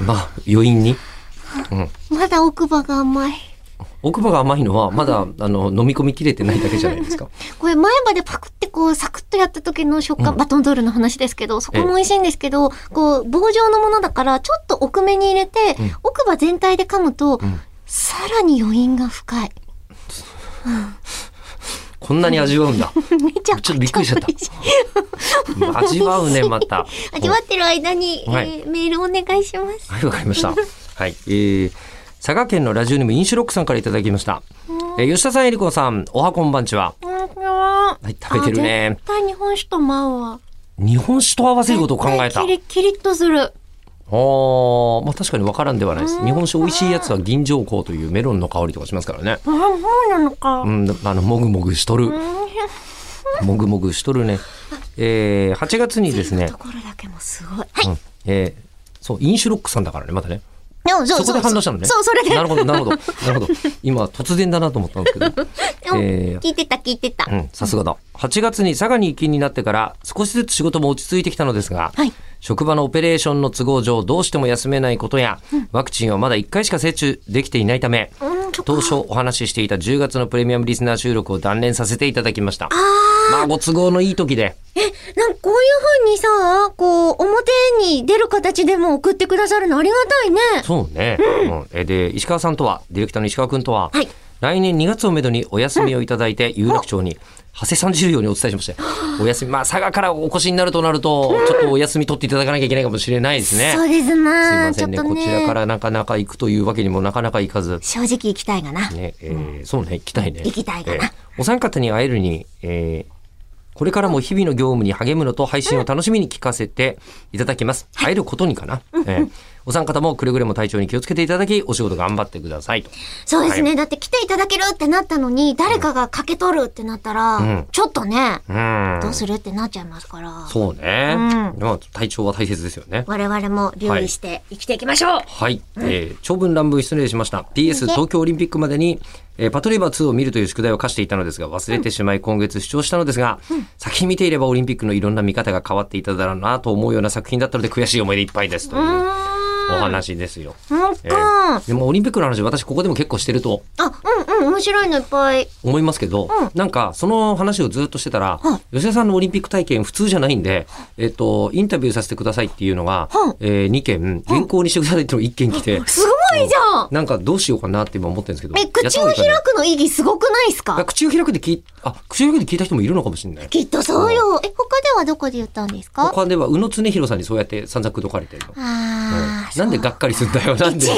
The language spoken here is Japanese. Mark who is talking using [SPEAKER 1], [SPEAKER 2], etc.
[SPEAKER 1] まあ、余韻に。
[SPEAKER 2] まだ奥歯が甘い。
[SPEAKER 1] 奥歯が甘いのは、まだ、あの、飲み込みきれてないだけじゃないです か。
[SPEAKER 2] これ前歯でパクってこうサクッとやった時の食感、バトンドールの話ですけど、そこも美味しいんですけど、こう棒状のものだからちょっと奥目に入れて、奥歯全体で噛むと、さらに余韻が深い。
[SPEAKER 1] こんなに味わうんだ。
[SPEAKER 2] めちゃくち
[SPEAKER 1] ちょっと
[SPEAKER 2] ゃ
[SPEAKER 1] びっくりしちゃった
[SPEAKER 2] 美味し
[SPEAKER 1] 味
[SPEAKER 2] い
[SPEAKER 1] わ うね、ま た。
[SPEAKER 2] 味わってる間に、えー
[SPEAKER 1] はい
[SPEAKER 2] メールお願いします。
[SPEAKER 1] はい、わかりました。はい、えー、佐賀県のラジオネームインシュロックさんからいただきました。えー吉田さん、えりこさん、おはこんばんちは。
[SPEAKER 2] こんにちは
[SPEAKER 1] はい、食べてる
[SPEAKER 2] あ
[SPEAKER 1] ね。
[SPEAKER 2] 絶対日本酒とマうわ。
[SPEAKER 1] 日本酒と合わせることを考えた。
[SPEAKER 2] 絶対キリキリッとする。
[SPEAKER 1] ああ、まあ確かにわからんではないです。日本酒美味しいやつは銀条香というメロンの香りとかしますからね。
[SPEAKER 2] あ、そうなのか。
[SPEAKER 1] うん、あの、もぐもぐしとる。もぐもぐしとるね。えー、8月にですね
[SPEAKER 2] と、ころだけもすごい。はい。
[SPEAKER 1] えーそう、飲酒ロックさんだからね、またね。
[SPEAKER 2] でもそう
[SPEAKER 1] そこで
[SPEAKER 2] そう
[SPEAKER 1] 反応したのね。
[SPEAKER 2] そう、それで。
[SPEAKER 1] なるほど、なるほど。なるほど。今、突然だなと思ったんですけ ど。
[SPEAKER 2] うん
[SPEAKER 1] えー
[SPEAKER 2] 聞いてた、聞いてた。
[SPEAKER 1] うん、さすがだ。8月に佐賀に行きになってから、少しずつ仕事も落ち着いてきたのですが、
[SPEAKER 2] はい
[SPEAKER 1] 職場のオペレーションの都合上、どうしても休めないことや、ワクチンをまだ1回しか接種できていないため、
[SPEAKER 2] うん、ちょっと。
[SPEAKER 1] 当初お話ししていた10月のプレミアムリスナー収録を断念させていただきました。まあ、ご都合のいい時で。
[SPEAKER 2] なんかこういう風にさ、こう、表に出る形でも送ってくださるのありがたいね。
[SPEAKER 1] そうね。うんえで、石川さんとは、ディレクターの石川君とは、
[SPEAKER 2] はい
[SPEAKER 1] 来年2月をめどにお休みをいただいて、有楽町に、長谷さんじるようにお伝えしましたよ。お休み、まあ、佐賀からお越しになるとなると、ちょっとお休み取っていただかなきゃいけないかもしれないですね。
[SPEAKER 2] そうです
[SPEAKER 1] すい
[SPEAKER 2] な
[SPEAKER 1] ませんね
[SPEAKER 2] ちょっと
[SPEAKER 1] こ
[SPEAKER 2] ね。
[SPEAKER 1] ちらからなかなか行くというわけにもなかなか行かず、
[SPEAKER 2] 正直行きたいがな。
[SPEAKER 1] ねえーそうね行きたいね
[SPEAKER 2] 行きたいかな
[SPEAKER 1] えーお三方に会えるに、えーこれからも日々の業務に励むのと配信を楽しみに聞かせていただきます、会えることにかな、えーお三方もくれぐれも体調に気をつけていただきお仕事頑張ってくださいと
[SPEAKER 2] そうですね。だって来ていただけるってなったのに、誰かがかけ取るってなったら、
[SPEAKER 1] ん
[SPEAKER 2] ちょっとね、
[SPEAKER 1] うん
[SPEAKER 2] どうするってなっちゃいますから。
[SPEAKER 1] そうね、
[SPEAKER 2] うん
[SPEAKER 1] まあ、体調は大切ですよね
[SPEAKER 2] 我々も留意して生きていきましょう。
[SPEAKER 1] はい、えー長文乱文失礼しました PS 東京オリンピックまでに、えーパトレーバー2を見るという宿題を課していたのですが忘れてしまい今月主張したのですが、先に見ていればオリンピックのいろんな見方が変わっていただろうなと思うような作品だったので悔しい思いでいっぱいですという
[SPEAKER 2] うー
[SPEAKER 1] お
[SPEAKER 2] ん。
[SPEAKER 1] 話ですよ。
[SPEAKER 2] なんか、
[SPEAKER 1] えーでもオリンピックの話私ここでも結構してると
[SPEAKER 2] あ、うんうん、面白いのいっぱい。
[SPEAKER 1] 思いますけど、なんかその話をずっとしてたら、
[SPEAKER 2] は
[SPEAKER 1] 吉田さんのオリンピック体験普通じゃないんで、えっ、と、インタビューさせてくださいっていうのが、
[SPEAKER 2] はい
[SPEAKER 1] え2件、原稿にしてくださいっていうの1件来て、
[SPEAKER 2] すごいじゃん
[SPEAKER 1] なんかどうしようかなって今思ってるんですけど。
[SPEAKER 2] え、口を
[SPEAKER 1] や
[SPEAKER 2] 開
[SPEAKER 1] った方がいいか
[SPEAKER 2] くの意義すごくないです
[SPEAKER 1] な。あ
[SPEAKER 2] か
[SPEAKER 1] 口を開くで聞い、あ、口を開くで聞いた人もいるのかもしれない。
[SPEAKER 2] きっとそうよ。え、他ではどこで言ったんですか
[SPEAKER 1] 他では、宇野恒弘さんにそうやって散々口説かれてるの。
[SPEAKER 2] ああ、
[SPEAKER 1] なんで
[SPEAKER 2] そう
[SPEAKER 1] がっかりするんだよ、なんで
[SPEAKER 2] 違う違。